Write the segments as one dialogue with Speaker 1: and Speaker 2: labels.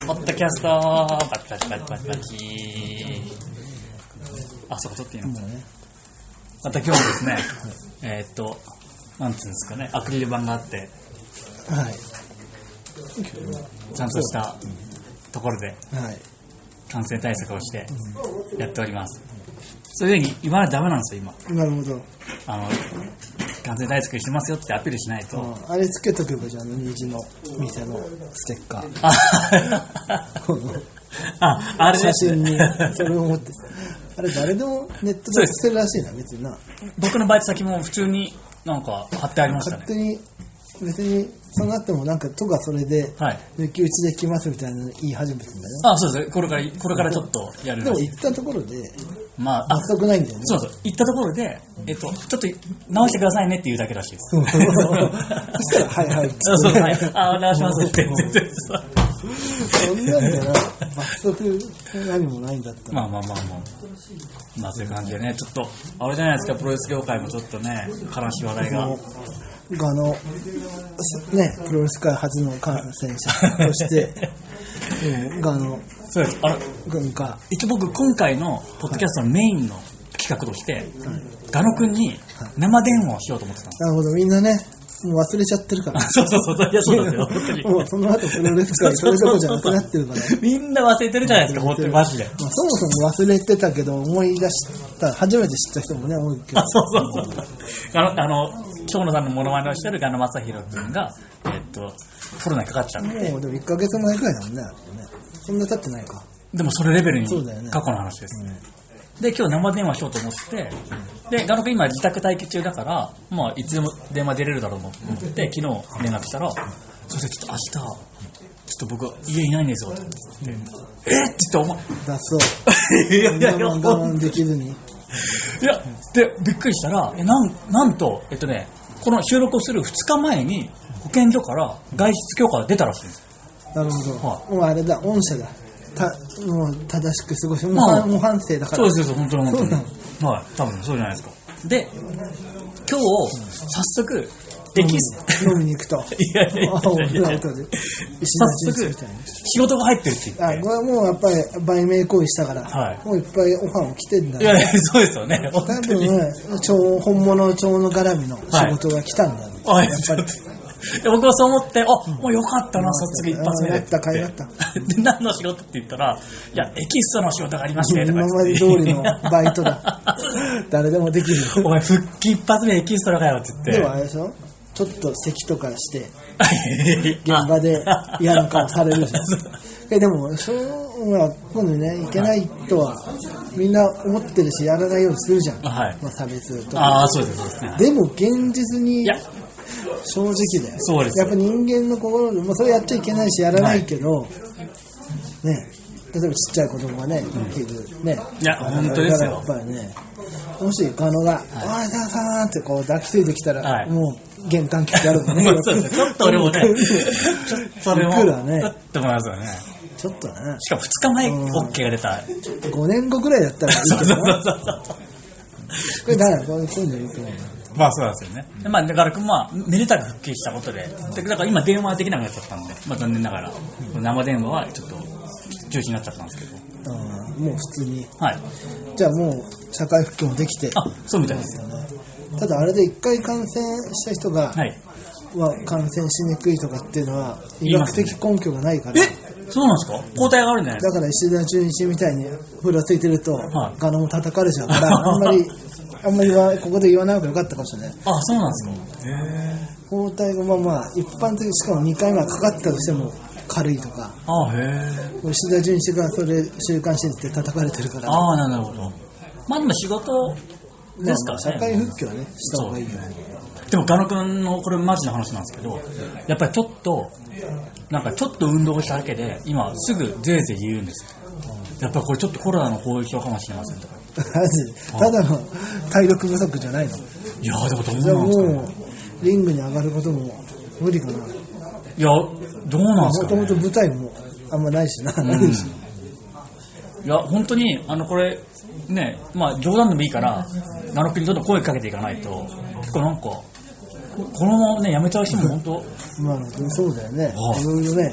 Speaker 1: キャストパチパチパチパチパチあ、そうか、撮っていいのか。また今日もですね、えーっと、なんつうんですかね、アクリル板があって、
Speaker 2: はい。
Speaker 1: ちゃんとしたところで
Speaker 2: はい。
Speaker 1: 感染対策をしてやっております。そういうふうに言わないとダメなんですよ、今。
Speaker 2: なるほど。
Speaker 1: あの、感染対策してますよってアピールしないと。
Speaker 2: あれつけとけばじゃあ、あの虹の店のステッカー。
Speaker 1: あ、ああれ
Speaker 2: 写
Speaker 1: です
Speaker 2: 真に、それを持って。あれ誰でもネットで捨てるらしいな、別にな。
Speaker 1: 僕のバイト先も普通になんか貼ってありました
Speaker 2: 勝
Speaker 1: ね。
Speaker 2: 手に、別に、そうなってもなんか、都がそれで、
Speaker 1: はい。
Speaker 2: 抜き打ちできますみたいなの言い始めてんだよ
Speaker 1: あ、そうです。これから、これからちょっとやるら
Speaker 2: な。でも
Speaker 1: しい
Speaker 2: 行ったところで、
Speaker 1: まあ、あ、
Speaker 2: 悪くないんだよね。
Speaker 1: そうそう。行ったところで、えっと、ちょっと直してくださいねって言うだけらしいです。
Speaker 2: そしたら、はいはい。
Speaker 1: そうそう、はい。あ、お願いし ますって言って。
Speaker 2: そんなんじゃな、罰則何もないんだったら。
Speaker 1: まあまあまあまあ。まあそういう感じでね、ちょっと、あれじゃないですか、プロレス業界もちょっとね、悲しい話題が。
Speaker 2: あの、すね、プロレス界初の感染者として、 うん、がの、
Speaker 1: そうです。あの、
Speaker 2: 軍が、
Speaker 1: 一応僕、今回のポッドキャストのメインの企画として、ガノ君に生電話をしようと思ってたんです。
Speaker 2: なるほど、みんなね、もう忘れちゃってるから。
Speaker 1: そうそうそう、いやそうですよ、本当に。
Speaker 2: もうその後プロレス界それどころじゃなくなってるから。
Speaker 1: みんな忘れてるじゃないですか、本当にマジで。
Speaker 2: まあ、そもそも忘れてたけど、思い出した、初めて知った人もね、多いけど
Speaker 1: あ、。そうそうそう。あの、あの、蝶野さんのモノマネをしてるガノ正宏君が、えっと、コロナにかかっちゃって。
Speaker 2: もうでも1ヶ月前くらいだもんね、あれねそんな経ってないか。
Speaker 1: でもそれレベルに
Speaker 2: そうだよね
Speaker 1: 過去の話です。で、今日生電話しようと思って、で、ガノ君今自宅待機中だから、まあ、いつでも電話出れるだろうと思って、昨日連絡したら、それでちょっと明日、ちょっと僕家いないんですよって言って、えっって言って、お前、
Speaker 2: だそ う。
Speaker 1: いや
Speaker 2: 我
Speaker 1: いやいや、
Speaker 2: 慢我慢できずに。
Speaker 1: いや、で、びっくりしたら、えなんなんと、えっとね、この収録をする2日前に、保健所から外出許可が出たらしいんですよ。
Speaker 2: なるほど。
Speaker 1: は
Speaker 2: もうあれだ、御社だ。たもう正しく過ごし、もう
Speaker 1: まあ
Speaker 2: 反模範生だか
Speaker 1: そう
Speaker 2: ら
Speaker 1: で。すよ、本当に本当
Speaker 2: そう
Speaker 1: に。はい、多分そうじゃないですか。で、今日、早速、エキス、
Speaker 2: 飲みに行くと。あ
Speaker 1: いやいやいや
Speaker 2: お
Speaker 1: いやいや
Speaker 2: 風呂とで石田純一みたい
Speaker 1: 仕事が入ってるって言
Speaker 2: な。あ、
Speaker 1: って。
Speaker 2: これはもうやっぱり売名行為したから、
Speaker 1: はい
Speaker 2: もういっぱいオファーも来てんだ
Speaker 1: いやいや、そうですよ ね。本
Speaker 2: 多
Speaker 1: 当に。
Speaker 2: 分、超本物の蝶の絡みの仕事が来たんだね。
Speaker 1: はい、
Speaker 2: やっ
Speaker 1: ち
Speaker 2: ぱ
Speaker 1: ょっ
Speaker 2: り。
Speaker 1: と。で僕はそう思って、あ、もうよかったな、早速一発目で。
Speaker 2: やったかいやった。
Speaker 1: で、何の仕事って言ったら、いや、エキストラの仕事がありまして、とか
Speaker 2: 今ま
Speaker 1: 言
Speaker 2: で
Speaker 1: って
Speaker 2: 通りの バイトだ。誰でもできる。
Speaker 1: お前、復帰一発目エキストラかよって言って。
Speaker 2: でもあれでしょちょっと咳とかして、
Speaker 1: 現
Speaker 2: 現場で嫌な顔されるじ ゃん
Speaker 1: そう。
Speaker 2: えでも、そうは今度ね、いけないとは、みんな思ってるし、やらないようにするじゃん。
Speaker 1: はい
Speaker 2: まあ、差別とか。
Speaker 1: ああ、そうです、そうですね。
Speaker 2: でも、現実に
Speaker 1: いや、
Speaker 2: 正直だよ。
Speaker 1: そうです
Speaker 2: やっぱ人間の心で、まあ、それやっちゃいけないし、やらないけど、ね、例えばちっちゃい子供がね、結局ね。
Speaker 1: いや本当ですよ
Speaker 2: だからやっぱりね、もし、ガノが、おい、さんさんってこう抱きついてきたら、
Speaker 1: はい。
Speaker 2: もう、玄関切ってやるもんね
Speaker 1: そうですねちょっと俺もね、ちょっと俺も、
Speaker 2: いくらね
Speaker 1: ちょっと思いますよね。
Speaker 2: ちょっとね。
Speaker 1: しかも2日前、
Speaker 2: うん
Speaker 1: OK が出た。
Speaker 2: 5年後ぐらいだったらいい
Speaker 1: そう
Speaker 2: け
Speaker 1: そう
Speaker 2: どな。
Speaker 1: そうそう。
Speaker 2: これだから、こういうのいいと思う。
Speaker 1: まあそうなんですよね。でまあ、だから、まあ、めでたく復帰したことで、でだから今電話はできなくなっちゃったんで、まあ残念ながら、生電話はちょっと中止になっちゃったんですけど。
Speaker 2: うんもう普通に。
Speaker 1: はい。
Speaker 2: じゃあもう、社会復帰もできて。
Speaker 1: あ、そうみたいです。
Speaker 2: ただあれで一回感染した人が、
Speaker 1: はい。
Speaker 2: は感染しにくいとかっていうのは、医
Speaker 1: 言いま
Speaker 2: 学
Speaker 1: すね
Speaker 2: 的根拠がないから。
Speaker 1: えそうなんですか抗体があるんじゃないですか
Speaker 2: だから石田純一みたいにふらついてると、
Speaker 1: はい
Speaker 2: ガノも叩かれちゃ うから、あんまり、あんまり言わここで言わない方がよかったかもしれない。
Speaker 1: あ、そうなんですか。
Speaker 2: 抗体がまあまあ、一般的にしかも2回目はかかったとしても軽いとか、
Speaker 1: あ、へえ。
Speaker 2: 石田純一がそれ、週刊誌って叩かれてるから、
Speaker 1: ああ、なるほど。まあでも仕事ですか
Speaker 2: まあ社
Speaker 1: ら
Speaker 2: 会
Speaker 1: ね。
Speaker 2: 復帰はね、した方がいいよね。
Speaker 1: でも、ガノ君のこれマジの話なんですけど、やっぱりちょっと、なんかちょっと運動しただけで、今すぐぜいぜい言うんですよ。やっぱりこれちょっとコロナの後遺症かもしれませんとか。
Speaker 2: マジ ただの体力不足じゃないの。
Speaker 1: いやーでもどう
Speaker 2: じゃあ
Speaker 1: なんですかね
Speaker 2: もう、リングに上がることも無理かな。
Speaker 1: いや、どうなんです
Speaker 2: も
Speaker 1: か
Speaker 2: ともと
Speaker 1: ね
Speaker 2: 舞台もあんまないしな。
Speaker 1: いや、本当に、あの、これ、ね、まあ冗談でもいいから、ガノ君にどんどん声かけていかないと、結構なんか、ここのままね、やめちゃう人も本当、
Speaker 2: まあ、そうだよね
Speaker 1: は。い
Speaker 2: いろいろね、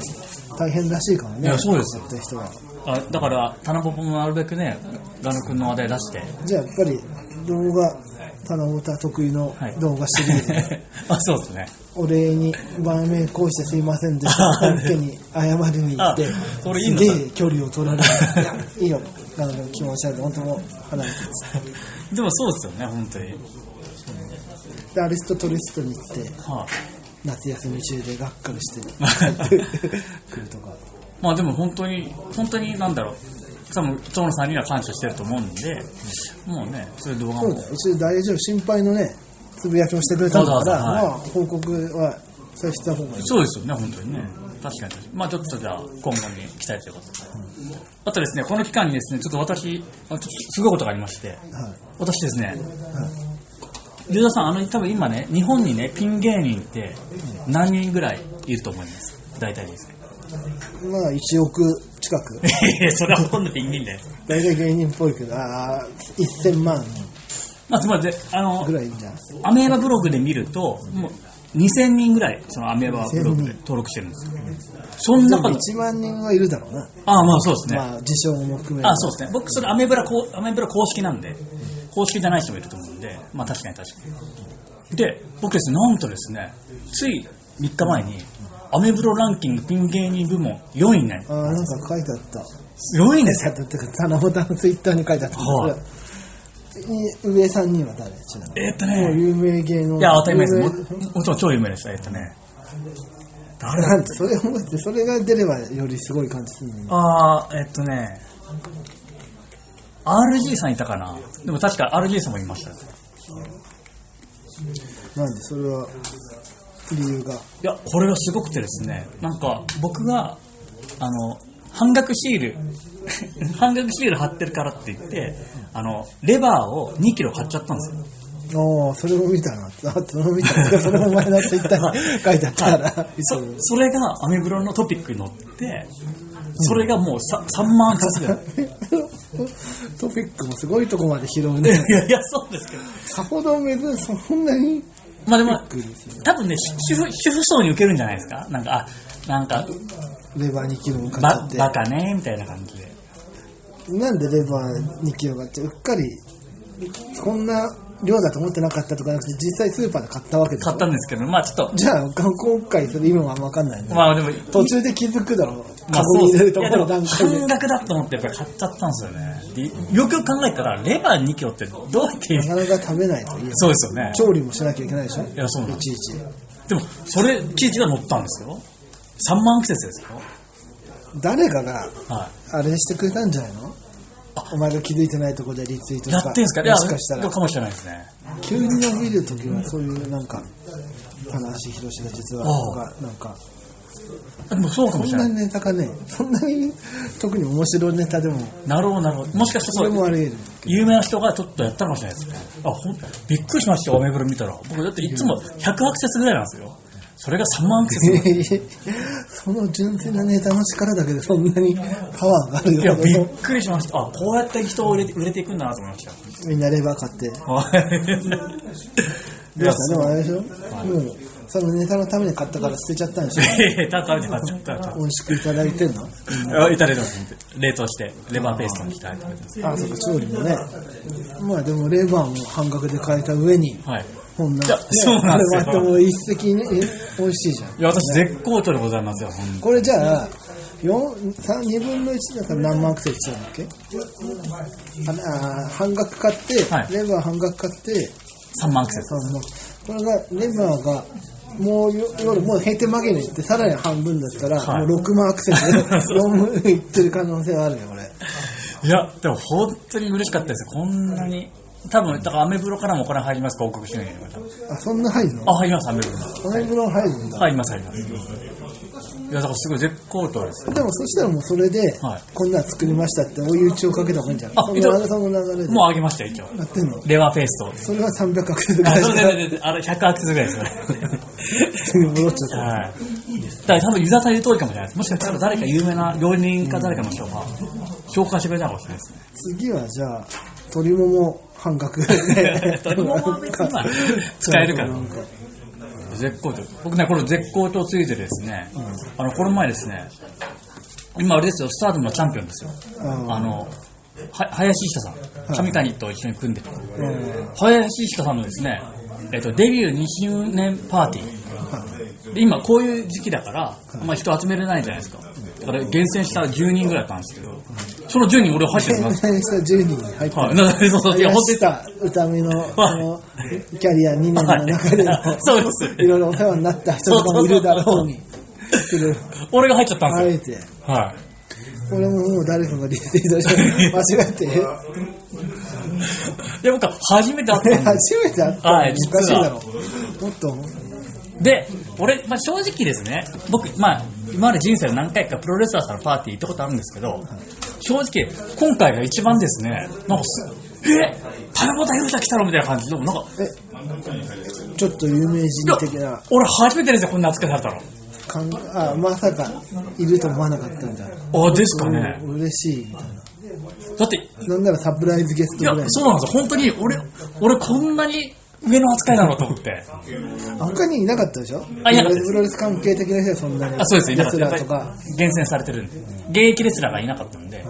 Speaker 2: 大変らしいからね。
Speaker 1: いやそうですよ
Speaker 2: やってる人は。
Speaker 1: あだから、タナポポもなるべくね、ガ野くんの話題出して、
Speaker 2: じゃあやっぱり動画、田中田得意の
Speaker 1: はい
Speaker 2: 動画シリーズ、
Speaker 1: あ、そうですね。
Speaker 2: お礼に番名こうしてすいませんでした。本家に謝りに行って
Speaker 1: あ、それいい
Speaker 2: す
Speaker 1: の
Speaker 2: げえ距離を取られる。いいよ。なんか気持ち悪い。本当もう離れてます。
Speaker 1: でもそうですよね、本当に。
Speaker 2: で、アリストトリストに行って、
Speaker 1: はい、
Speaker 2: 夏休み中でがっかりしてくるとか。
Speaker 1: まあでも本当に、本当になんだろう。多分、蝶野さんには感謝してると思うんで、もうね、そういう動画
Speaker 2: そう
Speaker 1: も
Speaker 2: だよ。うち大丈夫。心配のね、つぶやきをしてくれたんだから、
Speaker 1: わざわざ
Speaker 2: まあ、報告は、それした方がいい。
Speaker 1: そうですよね、本当にね。確かに確かに。まあちょっとじゃあ、今後に期待ということで。あとですね、この期間にですね、ちょっと私、あちょっとすごいことがありまして、
Speaker 2: はい。
Speaker 1: 私ですね、龍田さん、あの、多分今ね、日本にね、ピン芸人って何人ぐらいいると思います大体 ですね。
Speaker 2: まあ、1億近く。
Speaker 1: いやそれはほとんどピン芸人だよ。
Speaker 2: 大体芸人っぽいけど、ああ、1000万
Speaker 1: まあ、つまりで、あの
Speaker 2: ぐ、らいいんじゃん。
Speaker 1: アメーバブログで見ると、もう2000人ぐらい、そのアメーバブログで登録してるんですよ。その
Speaker 2: で
Speaker 1: 中
Speaker 2: も
Speaker 1: の、
Speaker 2: 1万人はいるだろうな。
Speaker 1: ああ、まあそうですね。
Speaker 2: まあ、自称も含め
Speaker 1: あそうですね。僕、それアメブラ公、アメブラ公式なんで、公式じゃない人もいると思うんで、まあ確かに確かに。で、僕ですね、なんとですね、つい3日前に、アメブロランキングピン芸人部門4位ね。
Speaker 2: ああ、なんか書いてあった。
Speaker 1: 4位で
Speaker 2: 書
Speaker 1: す
Speaker 2: い
Speaker 1: よ。
Speaker 2: てあったか、田中さんのツイッターに書いてあったん
Speaker 1: は
Speaker 2: だけどい上3人は誰ちなみ
Speaker 1: えーっと
Speaker 2: に。もう
Speaker 1: ね、
Speaker 2: 有名芸能
Speaker 1: いや、当たり前です。
Speaker 2: 有
Speaker 1: も
Speaker 2: 名
Speaker 1: もちろん超有名ですよ。えーっとね、誰だ
Speaker 2: なんてそれ思って、それが出ればよりすごい感じするのに。
Speaker 1: あー、えっとね、RG さんいたかなでも確か RG さんもいました。い
Speaker 2: なんで、それは、理由が。
Speaker 1: や、これがすごくてですね、なんか僕が、あの、半額シール、 半額シール貼ってるからって言って、あの、レバーを2キロ買っちゃったんですよ。
Speaker 2: ああ、それも見たな。あ、それも見た。それもお前のツイッターに 書いてあったから。
Speaker 1: そそれがアメブロのトピックに載って、それがもうさ3万冊ぐらい。
Speaker 2: トピックもすごいとこまで拾 うね。
Speaker 1: いやいや、そうですけど。
Speaker 2: さほど珍しい、そんなに。
Speaker 1: まあでも
Speaker 2: びっくりする、
Speaker 1: 多分ね、主婦、主婦層に受けるんじゃないですかなんか、あ、なんか、
Speaker 2: レバー2キロも買っ
Speaker 1: ば
Speaker 2: ちゃ
Speaker 1: バ
Speaker 2: っ
Speaker 1: カねみたいな感じで
Speaker 2: て。なんでレバー2キロ買っちゃううっかり、こんな量だと思ってなかったとかなくて、実際スーパーで買ったわけでしょ
Speaker 1: 買ったんですけどまあちょっ
Speaker 2: じゃあ、今回それ今はあんまわかんない
Speaker 1: と
Speaker 2: ね。
Speaker 1: まあでも
Speaker 2: 途中で気づくだろう。
Speaker 1: ま
Speaker 2: カ
Speaker 1: あ
Speaker 2: ゴ
Speaker 1: そう
Speaker 2: に
Speaker 1: で
Speaker 2: 入
Speaker 1: すね
Speaker 2: れる
Speaker 1: い
Speaker 2: とこ
Speaker 1: やで
Speaker 2: ろ
Speaker 1: も
Speaker 2: 段階で
Speaker 1: 半。額だと思ってやっぱり買っちゃったんですよねでよくよく考えたらレバー2キロってどうやって
Speaker 2: なかなか食べないといい。
Speaker 1: そうですよね
Speaker 2: 調理もしなきゃいけないでしょ
Speaker 1: いやそうなん
Speaker 2: い
Speaker 1: で
Speaker 2: ちいち。
Speaker 1: でもそれ記事が載ったんですよ3万季節ですよ
Speaker 2: 誰かが、
Speaker 1: は
Speaker 2: あれしてくれたんじゃないのお前が気づいてないとこでリツイート
Speaker 1: い
Speaker 2: し
Speaker 1: や
Speaker 2: た。
Speaker 1: ってんすかいや
Speaker 2: もしかしたら。
Speaker 1: かもしれないですね
Speaker 2: 急に伸びるときはそういうなんか棚橋宏が実はとかなんか
Speaker 1: でもそうか
Speaker 2: そ
Speaker 1: も
Speaker 2: ん
Speaker 1: しれな
Speaker 2: ないネタがねそんなに特に面白いネタでも
Speaker 1: なるほどなるほどもしかした
Speaker 2: それ
Speaker 1: らそ
Speaker 2: も
Speaker 1: う
Speaker 2: あり得る
Speaker 1: 有名な人がちょっとやったのかもしれないですねあほんびっくりしましたよアメブロ見たら僕だっていつも100アクセスぐらいなんですよそれが3万アク セス
Speaker 2: その純粋なネタの力だけでそんなにパワーがある
Speaker 1: いや、
Speaker 2: よ
Speaker 1: びっくりしました。あ、こうやって人を売れて売れていくんだなと思いました。
Speaker 2: みんなレバー買って
Speaker 1: はい。い
Speaker 2: どう
Speaker 1: や、
Speaker 2: したでもあれでしょもうそのネタのために買ったから捨てちゃったんでし ょ
Speaker 1: ええ、高めて買っちゃった。
Speaker 2: 美味しくいただいてんの
Speaker 1: いただいてます。冷凍して、レバーペーストにしていただいてます。
Speaker 2: あそうか調理もねまあでもレバーも半額で買えた上に
Speaker 1: はい。
Speaker 2: こんな。
Speaker 1: いや
Speaker 2: ね
Speaker 1: そうなんですよ
Speaker 2: これはもう一石に、え美味しいじゃん。
Speaker 1: いや、私絶好調でございますよ、ほんと
Speaker 2: これじゃあ、よん三二分の一だから何万アクセスしたんだっけああー半額買って、
Speaker 1: はい
Speaker 2: レバー半額買って、
Speaker 1: 3万アクセス。
Speaker 2: そのこれが、レバーが、もうよ夜、もう閉店間際に行って、さらに半分だったら、
Speaker 1: はい
Speaker 2: もう6万アクセスで、4分い ってる可能性はあるね、これ。
Speaker 1: いや、でも本当に嬉しかったですよ、こんなに。多分、だからアメブロからもお金入ります、広告収入に。
Speaker 2: あ、そんな入るの
Speaker 1: あ、入ります、アメブロに。
Speaker 2: このぐらい入るんだ。
Speaker 1: 入ります、入ります。いや、だからすごい絶好調です。
Speaker 2: でもそしたらもうそれで、
Speaker 1: はい
Speaker 2: こんなん作りましたって追い打ちをかけた方がいいんじゃない
Speaker 1: あ
Speaker 2: そ
Speaker 1: いた
Speaker 2: のその流れで。
Speaker 1: もう上げましたよ、一応。
Speaker 2: やってんの
Speaker 1: レバーペースト。
Speaker 2: それは300アクセスぐら
Speaker 1: あ、
Speaker 2: い
Speaker 1: そう
Speaker 2: し
Speaker 1: で
Speaker 2: か
Speaker 1: すね、あれ、100アクセスぐらいですよね。
Speaker 2: 普通に戻っちゃっ
Speaker 1: はい。だから多分、ユーザーさんいる通りかもしれないです。もしかしたら誰か有名な料理人か誰かの人が紹介してくれたかもしれないですね。
Speaker 2: た。次はじゃあ、鶏もも半額ぐらい
Speaker 1: 鶏ももは別に今使えるから
Speaker 2: なんか
Speaker 1: 絶好調。僕ね、これ絶好調ついでですね、あの、この前ですね、今あれですよ、スタートのチャンピオンですよ。
Speaker 2: うん
Speaker 1: あの、は林下さん、上谷と一緒に組んでた。
Speaker 2: うん
Speaker 1: 林下さんのですね、えっと、デビュー2周年パーティー。で今こういう時期だから、あんま人集めれないじゃないですか。だから厳選した10人ぐらいだったんですけど、その10人俺入ってます。
Speaker 2: 転した10人に入って
Speaker 1: はい、なそうそう、いや、本当に
Speaker 2: した歌見の
Speaker 1: はい
Speaker 2: あのキャリア2年の中で
Speaker 1: はいそうです
Speaker 2: のいろいろお世話になった人とかもいるだろうにいろいろ
Speaker 1: 俺が入っちゃったん
Speaker 2: あ
Speaker 1: で
Speaker 2: え
Speaker 1: す
Speaker 2: て
Speaker 1: よ。はい。
Speaker 2: 俺ももう誰かがリツイートして間違って
Speaker 1: いや、僕は初めて会っ
Speaker 2: え
Speaker 1: たんです。
Speaker 2: 初めて会った
Speaker 1: はい
Speaker 2: のおかしい
Speaker 1: 実は
Speaker 2: だろもっと
Speaker 1: で、俺、まあ、正直ですね、僕、まあ、今まで人生で何回かプロレスラーさんのパーティー行ったことあるんですけど、正直、今回が一番ですね、なんかす、え田中田裕太来たのみたいな感じで、なんか、
Speaker 2: ちょっと有名人的
Speaker 1: いや
Speaker 2: な
Speaker 1: 俺初めてですよ、こんな扱いされたの。
Speaker 2: 感あまさかいると思わなかったんだ
Speaker 1: あ、ですかね。
Speaker 2: うん嬉しいみたい
Speaker 1: だって、い
Speaker 2: ななんならサプライズゲスト
Speaker 1: や
Speaker 2: ぐらい、
Speaker 1: そうなんですよ、本当に、俺、俺こんなに上の扱いなのと思って。
Speaker 2: あ他にいなかったでしょ
Speaker 1: あいなかったです
Speaker 2: プロレス関係的な人はそんなに
Speaker 1: あそうです、いなかった。や
Speaker 2: や
Speaker 1: っ
Speaker 2: つ
Speaker 1: ぱ
Speaker 2: らとか
Speaker 1: り厳選されてるんで。現役レスラーがいなかったんで。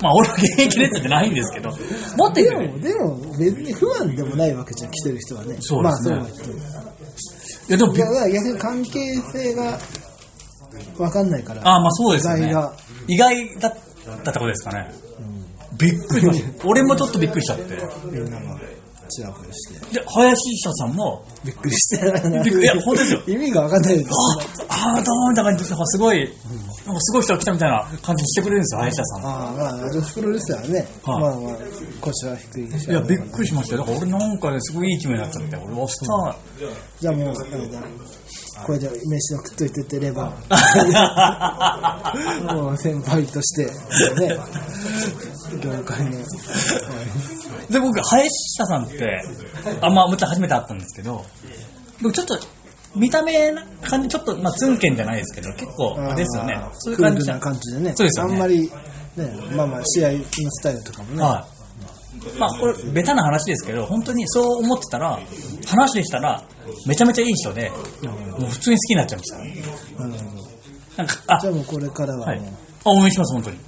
Speaker 1: まあ、俺は現役レスラーじゃないんですけど、持ってい
Speaker 2: で
Speaker 1: くね
Speaker 2: も、でも、別に不安でもないわけじゃん、来てる人はね。
Speaker 1: そうですね
Speaker 2: まあ、そうだ
Speaker 1: いや、でも
Speaker 2: けど。い、や、だから逆に関係性が分かんないから。
Speaker 1: ああ、まあそうですよね
Speaker 2: 意外が。
Speaker 1: 意外だったってことですかね。びっくりしました。俺もちょっとびっくりしちゃって。
Speaker 2: みんなが、ちらほらして。
Speaker 1: で、林下さんも、
Speaker 2: びっくりしてない
Speaker 1: びっくりいや本当ですよ
Speaker 2: 意味が分かんないです。
Speaker 1: ああー、どうもみたいな感じで、なんかすごい、なんかすごい人が来たみたいな感じにしてくれるんですよ、林下さんも。
Speaker 2: ああ、まあ、女子プロレスラーはね、
Speaker 1: はい
Speaker 2: まあまあ、腰は低いでし
Speaker 1: い
Speaker 2: ょ
Speaker 1: や、びっくりしましたよ。だから俺なんかね、すごいいい気分になっちゃって、俺はスター、
Speaker 2: じゃあもう、あれだ。これで飯を食っといてって れば、もう先輩として、ね、業界の、
Speaker 1: で僕林下さんってあんまあ、もちろん初めて会ったんですけど僕ちょっと見た目な感じちょっとまあツンケンじゃないですけど結構あれですよね
Speaker 2: あー
Speaker 1: そういう感じ
Speaker 2: クールな感じでね。
Speaker 1: そうですよね
Speaker 2: あんまり、ね、まあまあ、試合のスタイルとかもね。
Speaker 1: はいまあこれベタな話ですけど本当にそう思ってたら話でしたらめちゃめちゃいい人でもう普通に好きになっちゃいましたね
Speaker 2: なるほど
Speaker 1: なんかあ
Speaker 2: じゃあもうこれからはもう、
Speaker 1: はいあ応援します本当に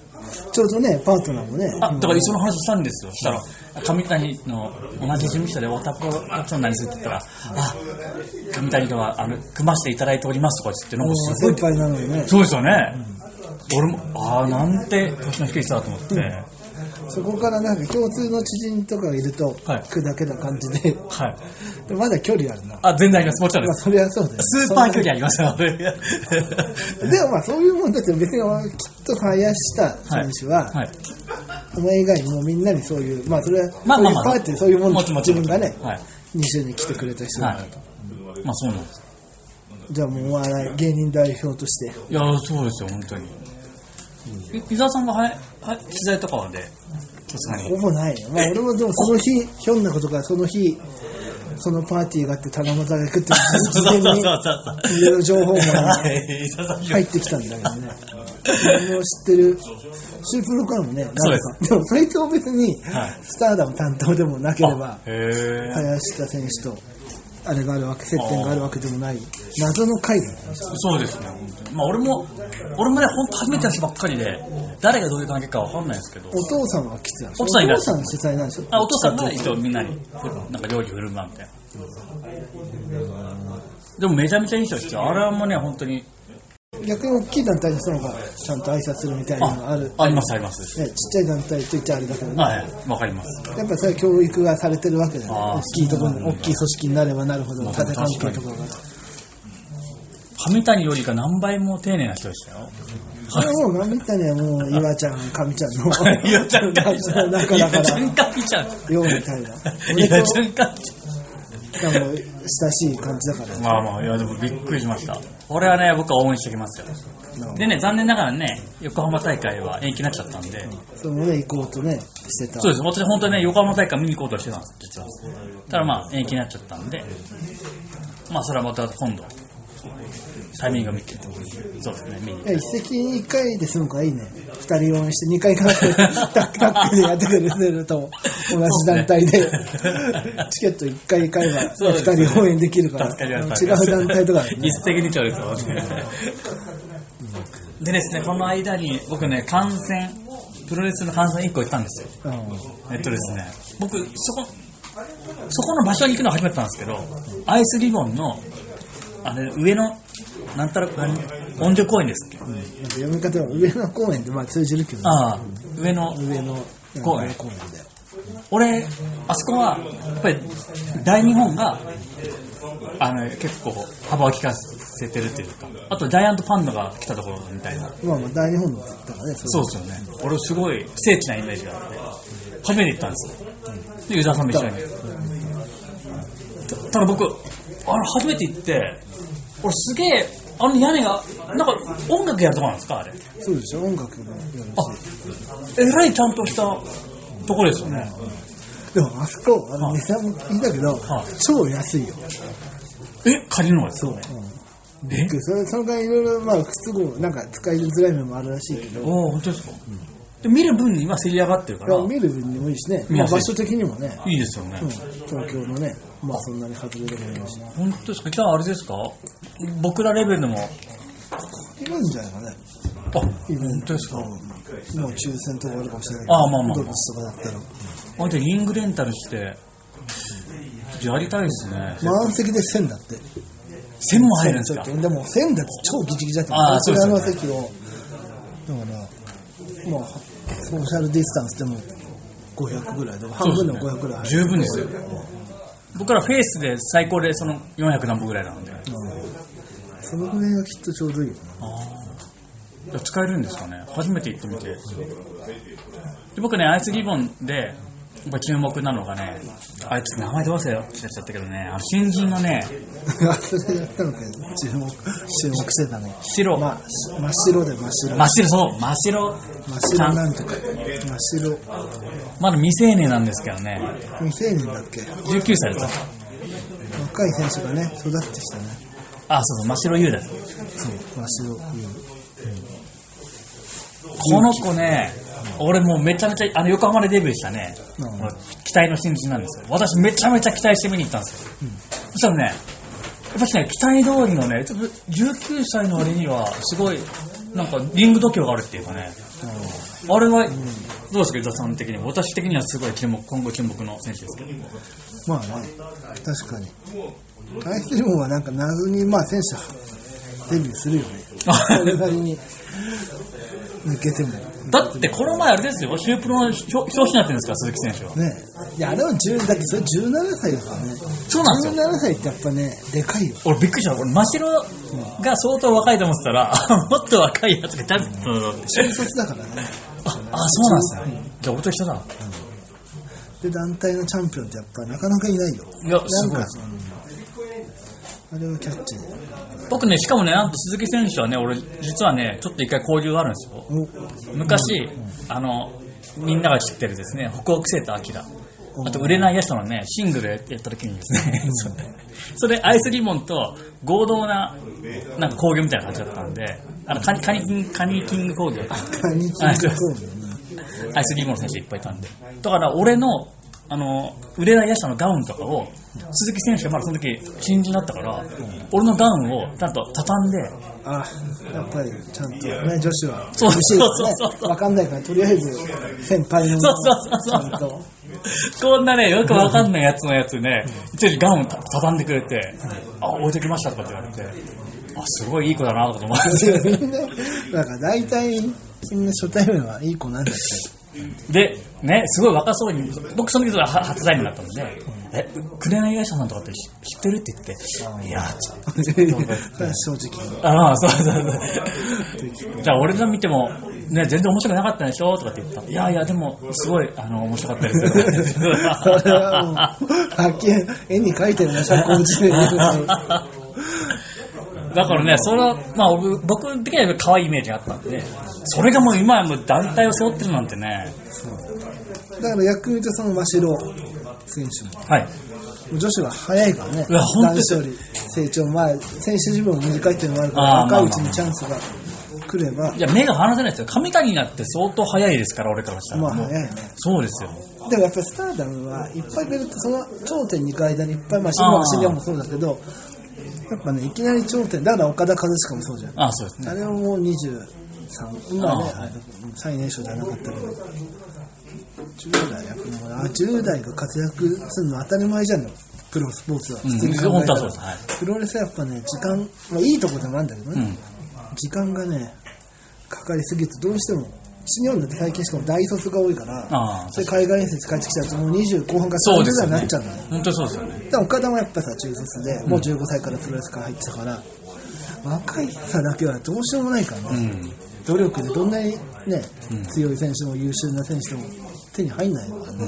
Speaker 2: ちょうどね、パートナーもね、
Speaker 1: あだからその話したんですよ、したら、上谷の同じ事務所でオタクアクションになりするって言ったら、あ上谷とはあの組ませていただいておりますとか言って、なん
Speaker 2: も
Speaker 1: か
Speaker 2: う
Speaker 1: すごい
Speaker 2: 先、輩なのにね、
Speaker 1: そうですよね、俺も、ああ、なんて年の低い人だと思って、はい、
Speaker 2: そこからなんか共通の知人とかがいると、
Speaker 1: はい
Speaker 2: 砕けた感じで、 でまだ距離あるな。ま
Speaker 1: あ全然あります、もちろんで
Speaker 2: あ、
Speaker 1: す、
Speaker 2: そりゃそうだよ。
Speaker 1: スーパー距離ありますよ、
Speaker 2: でもまあ、そういうもんだって別に、きっと林下選手は、
Speaker 1: はい、
Speaker 2: お前以外にもみんなにそういう、まあ、それは、
Speaker 1: まあまあまあ
Speaker 2: そういうパーティー、そういうもん
Speaker 1: もちろんもち
Speaker 2: 自
Speaker 1: ろん
Speaker 2: 分がね、
Speaker 1: はい、
Speaker 2: 2週に来てくれた人だ
Speaker 1: は
Speaker 2: から
Speaker 1: い、まあそうなんです、
Speaker 2: じゃあもうお笑い芸人代表として
Speaker 1: いや、そうですよ、本当に。い伊沢さんがはいはい取材とかはで、さすがに
Speaker 2: ほぼないよ、まあ、俺もでもその日ひょんなことからその日そのパーティーがあって七夕が行くって
Speaker 1: そうそ
Speaker 2: 事
Speaker 1: うそう
Speaker 2: 前に
Speaker 1: そう
Speaker 2: いろいろ情報も
Speaker 1: はい伊沢さん
Speaker 2: 入ってきたんだけどね俺の知ってるシュープロからもね
Speaker 1: そうで
Speaker 2: なんかでもそれと別に
Speaker 1: はい
Speaker 2: スターダム担当でもなければ
Speaker 1: へえ
Speaker 2: 林田選手とあれがあるわけ接点があるわけでもない謎の会だったんですよ
Speaker 1: そうですね本当にまあ俺も俺もね本当初めての人ばっかりで誰がどういう関係かわかんないですけど
Speaker 2: お父さんは来てたんでしょ
Speaker 1: お父さんいない
Speaker 2: お父さん主催なんでしょ
Speaker 1: あお父さんが一応みんなになんか料理振る舞うみたいなでもめちゃめちゃいい人ですよあれはもうね本当に
Speaker 2: 逆に大きい団体の人の方がちゃんと挨拶するみたいなのがある
Speaker 1: あありますあります
Speaker 2: ね、ちっちゃい団体といっちゃあれだけどね、
Speaker 1: はいわかります
Speaker 2: やっぱそれは教育がされてるわけだよね
Speaker 1: あー
Speaker 2: 大きいところに大きい組織になればなるほ
Speaker 1: ま
Speaker 2: ど
Speaker 1: あ
Speaker 2: 縦関係とかが
Speaker 1: 上谷よりか何倍も丁寧な人でしたよ
Speaker 2: それはもう何みたいにはもう岩ちゃん神ちゃん の
Speaker 1: いやちゃんかみちゃんい
Speaker 2: 仲だ
Speaker 1: や
Speaker 2: か
Speaker 1: ちゃ
Speaker 2: ら
Speaker 1: んかみちゃん
Speaker 2: ようみたいない
Speaker 1: やちゃんかみちゃん
Speaker 2: しかも親しい感じだから
Speaker 1: まあまあ、いやでもびっくりしました。これはね、僕は応援してきますよ。でね、残念ながらね、横浜大会は延期になっちゃったんで、
Speaker 2: それもね行こうとねしてた
Speaker 1: そうです。私本当にね、横浜大会見に行こうとしてたんです、実は。ただまあ、延期になっちゃったんで、まあ、それはまた今度、タイミングを見てってことそうですね、見に
Speaker 2: いや一石二回で済むからいいね。二人応援して二回勝って、タックタックでやってくれてると、同じ団体で、チケット一回買えば
Speaker 1: そうですね
Speaker 2: 二人応援できるから、
Speaker 1: 助かり
Speaker 2: 違う
Speaker 1: ま
Speaker 2: 団
Speaker 1: す
Speaker 2: 体とかでね
Speaker 1: 一。石二鳥ですよでですね、この間に僕ね、観戦、プロレスの観戦1個行ったんですよ。
Speaker 2: うん
Speaker 1: えっとですね、僕、そこ、そこの場所に行くの初めてなんですけど、アイスリボンの、あれ、上の、なんたら、なん音女公園ですっけ
Speaker 2: なんか読み方は上野公園でまあ通じるけど、
Speaker 1: ああ、上の、
Speaker 2: 上野
Speaker 1: 公園
Speaker 2: 上野公園だよ。
Speaker 1: 俺、あそこは、やっぱり、大日本が、あの、結構、幅を利かせてるというか、あと、ジャイアントパンダが来たところみたいな。
Speaker 2: まあまあ大日本だったからね、
Speaker 1: そううですよね。俺、すごい、聖地なイメージがあって、初めて行ったんですよ。で、ユーザーさんも一緒に。たただ僕、あれ、初めて行って、俺、すげえ、あの屋根が、なんか、音楽やるとこなんですか、あれ。
Speaker 2: そうでしょ、音楽もやるし。
Speaker 1: あ、えらいちゃんとしたところですよね。
Speaker 2: でもあそこ、あの値段も聞いたけど
Speaker 1: はい、
Speaker 2: 超安いよ。
Speaker 1: え、借りるのがです
Speaker 2: そう。う
Speaker 1: か
Speaker 2: ん
Speaker 1: え
Speaker 2: それその間いろいろまあ不都合なんか使いづらい面もあるらしいけど
Speaker 1: おお本当ですか、で見る分には競り上がってるか
Speaker 2: い
Speaker 1: ら
Speaker 2: や
Speaker 1: い
Speaker 2: 見る分にもいいしね、
Speaker 1: 見
Speaker 2: ま
Speaker 1: や
Speaker 2: あ、
Speaker 1: すい
Speaker 2: 場所的にもね、
Speaker 1: いですよね、
Speaker 2: うん、東京のね、まあ、そんなに外れるもないし、
Speaker 1: 本当ですかじゃああれですか僕らレベルでも
Speaker 2: いるんじゃないかね、
Speaker 1: あ本当ですか、
Speaker 2: うんもう抽選とかあるかもしれないけど、
Speaker 1: あまあまあ
Speaker 2: ドブスとかだったら、
Speaker 1: あでリングレンタルしてやりたいですね
Speaker 2: 満席で1000だって、
Speaker 1: 1000も入るんです
Speaker 2: ち
Speaker 1: か
Speaker 2: ょっと、でも1000だって超ギチギチだった
Speaker 1: あーそうですよね
Speaker 2: の席を、だから、まあ、ソーシャルディスタンスでも500ぐらいでも、半分でも500ぐらい入る。
Speaker 1: 十分ですよ僕らフェイスで最高でその400何本ぐらいなんで
Speaker 2: うんそのぐらいがきっとちょうど いいよな。
Speaker 1: いや使えるんですかね初めて行ってみてで僕ねアイスリボンでやっぱ注目なのがねあいつ名前どうせよってやっちゃったけどねあの新人のね
Speaker 2: それやったのかよ注目、注目してたね。
Speaker 1: 白、
Speaker 2: まあ、し真っ白で真っ白。
Speaker 1: 真っ白そう真っ白
Speaker 2: 真っ白なんとか。真っ白。
Speaker 1: まだ未成年なんですけどね
Speaker 2: 未成年だっけ
Speaker 1: 19歳だっ
Speaker 2: 若い選手がね、育ってきたね。
Speaker 1: たあそうそう真っ白優だ
Speaker 2: そう、真っ白。うん
Speaker 1: この子ね俺もうめちゃめちゃあの横浜でデビューしたね、
Speaker 2: うん
Speaker 1: 期待の新人なんですよ私めちゃめちゃ期待して見に行ったんですよ、そしたらねやっぱしね期待通りのねちょっと19歳の割にはすごいなんかリング度胸があるっていうかねあれは、どうですか、伊田さん的に私的にはすごい注目、今後注目の選手ですけど。
Speaker 2: まあね、確かに。アイスリボンはなんか謎に、まあ選手デビューするよね。それなりに抜けても。
Speaker 1: だって、この前あれですよ、シュープロの表表紙になってるんですから、鈴木選手は。
Speaker 2: ねいや、あれは10、だってそれ17歳だからね。
Speaker 1: そうなんですよ。
Speaker 2: 17歳ってやっぱね、でかいよ。
Speaker 1: 俺びっくりした。俺、真っ白が相当若いと思ってたら、 もっと若いやつがダメだろうって。
Speaker 2: 新卒だからね。
Speaker 1: あ、あそうなんですね。じゃあ、俺と一緒だ。
Speaker 2: で、団体のチャンピオンってやっぱなかなかいないよ。
Speaker 1: いや、
Speaker 2: な
Speaker 1: す
Speaker 2: ん
Speaker 1: ごい
Speaker 2: か。、あれはキャッチで。
Speaker 1: 僕ね、しかもね、なんと鈴木選手はね、俺、実はね、ちょっと一回交流があるんですよ。
Speaker 2: お
Speaker 1: 昔、あのみんなが知ってるですね北北セーター明あと売れないやつのねシングルやった時にですね、それ それアイスリボンと合同ななんか工業みたいな感じだったんであのカニカニキンカニキング工業
Speaker 2: カニキングコーンだよね。
Speaker 1: アイスリボンの選手いっぱいいたんでだから俺のあの売れないやつのガウンとかを鈴木選手がまだその時新人だったから、俺のガウンをちゃんと畳んで
Speaker 2: あ、やっぱりちゃんとね、女子は。
Speaker 1: そうそうそうそう
Speaker 2: 女子はねわかんないから、とりあえず、先輩の。
Speaker 1: そうそうそうそう
Speaker 2: ちゃんと。
Speaker 1: こんなね、よくわかんないやつのやつね、一応ガウンた畳んでくれて、あ、置いてきましたとかって言われて、あ、すごいいい子だなとか思って。
Speaker 2: み んな、なんか大体、みんな初対面はいい子なんだけ
Speaker 1: で、ね、すごい若そうに、僕その時はは初対面だったんで、え、くれない会社さんとかって知知ってるって言って、いや、ちょっと。
Speaker 2: ど。正直。
Speaker 1: ああ、そうそうそう。じゃあ、俺が見ても、ね、全然面白くなかったでしょとかって言ったらいやいや、でも、すごい、あの、面白かったですよ。
Speaker 2: それはもう、はっきり絵に描いてるね、社交辞 令で。
Speaker 1: だからね、それは、まあ、僕僕的には可愛いイメージがあったんで、それがもう今やもう団体を背負ってるなんてね、
Speaker 2: だから逆に言うと、その真白選手も。
Speaker 1: はい。
Speaker 2: 女子は早いからね。
Speaker 1: うわ本当
Speaker 2: 男子より成長前、選手自分も短いっていうのもあるから、
Speaker 1: あー
Speaker 2: 若いうち
Speaker 1: まあまあま
Speaker 2: に
Speaker 1: あ
Speaker 2: チャンスが来れば
Speaker 1: い、や、目が離せないですよ。神谷になって相当早いですから、俺からしたら。
Speaker 2: まあ
Speaker 1: もう
Speaker 2: 早いね。
Speaker 1: そうですよ。
Speaker 2: でもやっぱりスターダムはいっぱいベルト、その頂点に行く間にいっぱい、まあ、今のシリアもそうだけど、やっぱね、いきなり頂点、だから岡田和親もそうじゃん。
Speaker 1: ああ、そうですね。
Speaker 2: あれはもう23、今はね
Speaker 1: あはい、
Speaker 2: 最年少じゃなかったけど、10代やってるのかなあ10代が活躍するの当たり前じゃんよ、プロスポーツは。
Speaker 1: うん
Speaker 2: 普通に考えたら
Speaker 1: 本当はそうですはい
Speaker 2: プロレスはやっぱね、時間、まあ、いいとこでもあるんだけど
Speaker 1: う
Speaker 2: ね、
Speaker 1: ん。
Speaker 2: 時間がね、かかりすぎると、どうしても、新日本だって最近しかも大卒が多いから、
Speaker 1: ああ、
Speaker 2: それ海外遠征帰ってきちゃうと、もう20後半から
Speaker 1: そうで
Speaker 2: 30
Speaker 1: すよ
Speaker 2: 代にな
Speaker 1: ね
Speaker 2: っちゃうんだよ。。
Speaker 1: 本当にそうですよね。
Speaker 2: で岡田もやっぱさ中卒でもう15歳からプロレスから入ってたから、若いさだけはどうしようもないから
Speaker 1: う
Speaker 2: ね、
Speaker 1: ん。
Speaker 2: 努力でどんなにね、
Speaker 1: うん
Speaker 2: 強い選手も優秀な選手でも手に入んないからね、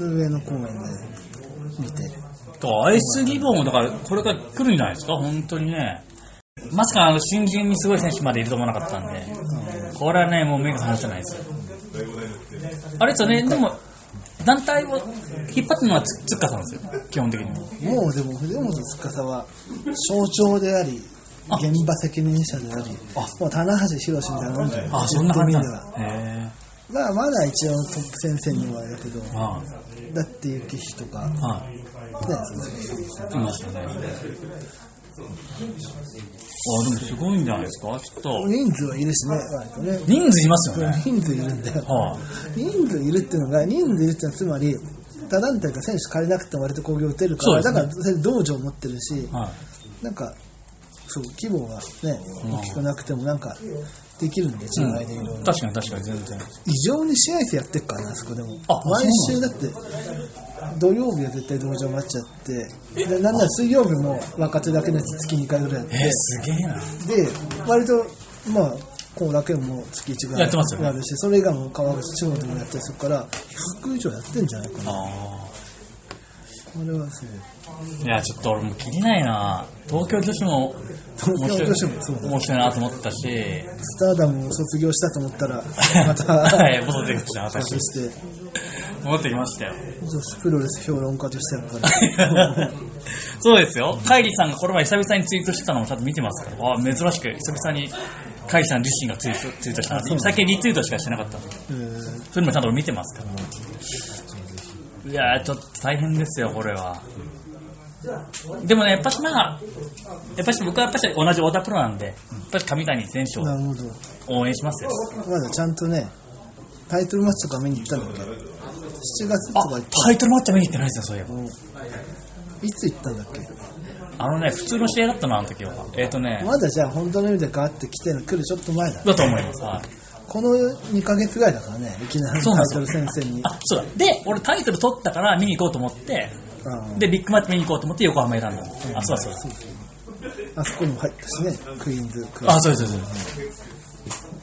Speaker 2: うん上の公演で見て
Speaker 1: だからアイスギボンも、だから、これから来るんじゃないですか、本当にね。まさか、あの、新人にすごい選手までいると思わなかったんで、これはね、もう目が離せないですよ。あれですよね、でも、団体を引っ張ってるのはつつっかさんですよ、基本的には。
Speaker 2: もうでも藤本司は象徴であり
Speaker 1: あ
Speaker 2: 現場責任者であり
Speaker 1: あ
Speaker 2: もう棚橋宏みたいなもんだよ
Speaker 1: あ、そんな感じ
Speaker 2: 言
Speaker 1: な
Speaker 2: っ
Speaker 1: ん
Speaker 2: て
Speaker 1: で
Speaker 2: み
Speaker 1: す
Speaker 2: れ
Speaker 1: か。
Speaker 2: ば
Speaker 1: へ
Speaker 2: まあまだ一応トップ先生にはあれだけど
Speaker 1: え。は
Speaker 2: だってゆきひとか
Speaker 1: い。はい。
Speaker 2: ね
Speaker 1: いましたね。あ、でもすごいんじゃないですか、ちょっと。
Speaker 2: 人数はいるしね、割とね。
Speaker 1: 人数いますよね。
Speaker 2: 人数いるんだよ。
Speaker 1: はい、
Speaker 2: 人数いるっていうのが、人数いるってのはつまり、他団体が選手借りなくても割と工業打てるから、
Speaker 1: そ
Speaker 2: だ
Speaker 1: う
Speaker 2: か
Speaker 1: です
Speaker 2: らそれ道場持ってるし、
Speaker 1: はい、
Speaker 2: なんか、そう、規模がね、
Speaker 1: うん
Speaker 2: 大きくなくてもなんか、できるんで、違いでいろいろ。
Speaker 1: 確かに確かに全然。
Speaker 2: 異常に試合数やってるからね、あそこでも
Speaker 1: あ。
Speaker 2: 毎
Speaker 1: そう
Speaker 2: 週だって、土曜日は絶対道場待っちゃって、でなんなら水曜日も若手だけのやつ月2回ぐらいやって
Speaker 1: えー、すげえな。
Speaker 2: で、割と、まあ、後楽園も月1ぐらい
Speaker 1: やってますよね
Speaker 2: やるし、それ以外も川口地方でもやったりするから、100以上やってんじゃないかな。
Speaker 1: あ
Speaker 2: あれはそう。
Speaker 1: ーいや、ちょっと俺もう切りないな。東京女子も面白い
Speaker 2: 東京女子もそうだ
Speaker 1: 面白いなと思ったし、
Speaker 2: スターダムを卒業したと思ったら、また、
Speaker 1: はい、戻ってきました、
Speaker 2: そ
Speaker 1: 私。
Speaker 2: して、
Speaker 1: 戻ってきましたよ。
Speaker 2: プロレス評論家としてやっぱり、
Speaker 1: そうですよ。カイリーさんがこの前久々にツイートしてたのもちゃんと見てますから、あ珍しく久々にカイリーさん自身がツイートツイートしたので、最近リツイートしかしてなかったんで、
Speaker 2: えー
Speaker 1: そういうのもちゃんと見てますから。いやー、ちょっと大変ですよ、これは。でもね、やっぱしまあ、やっぱし僕はやっぱし同じ太田プロなんで、やっぱし上谷選手
Speaker 2: な
Speaker 1: を
Speaker 2: るほど。
Speaker 1: 応援しますよ。
Speaker 2: まだちゃんとね、タイトルマッチとか見に行ったんだっけ ?7 月と
Speaker 1: あ
Speaker 2: か行っ、
Speaker 1: タイトルマッチは見に行ってないですよ、そういえば
Speaker 2: た。のいつ行ったんだっけ
Speaker 1: あのね、普通の試合だったな、あの時は。えっ、ー、とね、
Speaker 2: まだじゃあ本当の意味でガーって来てる、来るちょっと前だ。
Speaker 1: だと思います。はい
Speaker 2: この2ヶ月ぐらいだからね、いきなりタ
Speaker 1: そう
Speaker 2: イ
Speaker 1: なん
Speaker 2: トル
Speaker 1: ですよ
Speaker 2: 戦線に。
Speaker 1: あ、そうだ。で、俺タイトル取ったから見に行こうと思って、
Speaker 2: うん
Speaker 1: で、ビッグマッチ見に行こうと思って横浜選んだの。あ、そうだそうだ。
Speaker 2: あそこにも入ったしね、クイーンズクラブ。
Speaker 1: あ、そうです、そうです。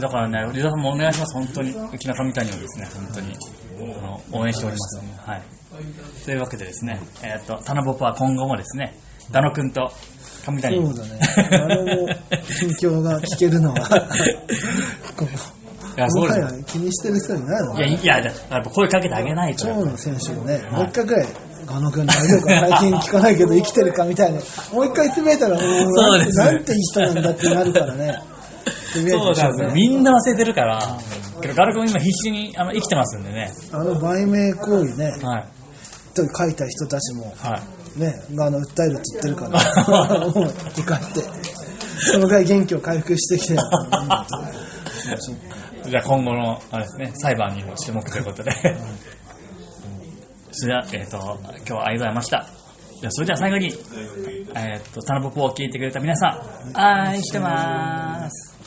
Speaker 1: だからね、リザさんもお願いします、本当に。うちの神谷をですね、本当に、あの応援しております、はい。というわけでですね、えっ、と、タナボポは今後もですね、ダノ君と神谷。
Speaker 2: そうだね。あ れも、 近況が聞けるのは、 ここ
Speaker 1: いや、そ
Speaker 2: こ
Speaker 1: う
Speaker 2: の
Speaker 1: です
Speaker 2: 回
Speaker 1: よ
Speaker 2: は気にしてる人いないの
Speaker 1: いや、いや、だやっぱ声かけてあげないと。
Speaker 2: 長野選手もね、
Speaker 1: い
Speaker 2: もう一回ぐらい、ガ野君大丈夫か最近聞かないけど生きてるかみたいな。もう一回つぶやいたら、もう
Speaker 1: そう
Speaker 2: な
Speaker 1: で
Speaker 2: ん
Speaker 1: す
Speaker 2: なんていい人なんだってなるからね。つぶや
Speaker 1: そ
Speaker 2: いて
Speaker 1: う
Speaker 2: ほしい
Speaker 1: なん
Speaker 2: よ
Speaker 1: ですよ。
Speaker 2: ね
Speaker 1: みんな忘れてるから。けど、ガル君今必死にあの生きてますんでね。
Speaker 2: あの売名行為ね、
Speaker 1: はい。
Speaker 2: と書いた人たちも、
Speaker 1: はい。
Speaker 2: ね、あの訴えるって言って るから、 もう怒って、そのぐらい元気を回復してきてるからね
Speaker 1: じゃあ今後のあれですね裁判にも注目ということで。 それでは、えっと今日はありがとうございました。じゃあそれでは最後に、えっとタナポポを聞いてくれた皆さん愛してます。